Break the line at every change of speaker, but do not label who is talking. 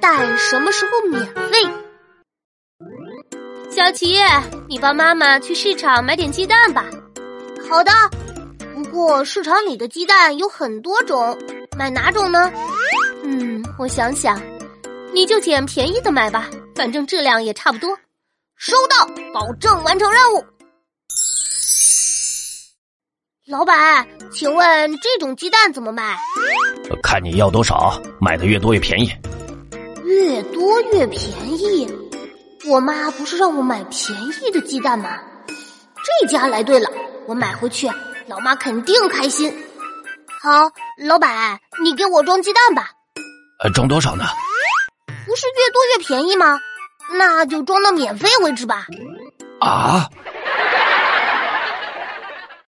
蛋什么时候免费？
小琪，你帮妈妈去市场买点鸡蛋吧。
好的，不过市场里的鸡蛋有很多种，买哪种呢？
嗯，我想想，你就捡便宜的买吧，反正质量也差不多。
收到，保证完成任务。老板，请问这种鸡蛋怎么卖？
看你要多少，买的越多越便宜。
越多越便宜？啊我妈不是让我买便宜的鸡蛋吗？这家来对了，我买回去，老妈肯定开心。好，老板，你给我装鸡蛋吧。
呃，装多少呢？
不是越多越便宜吗？那就装到免费为止吧。
啊，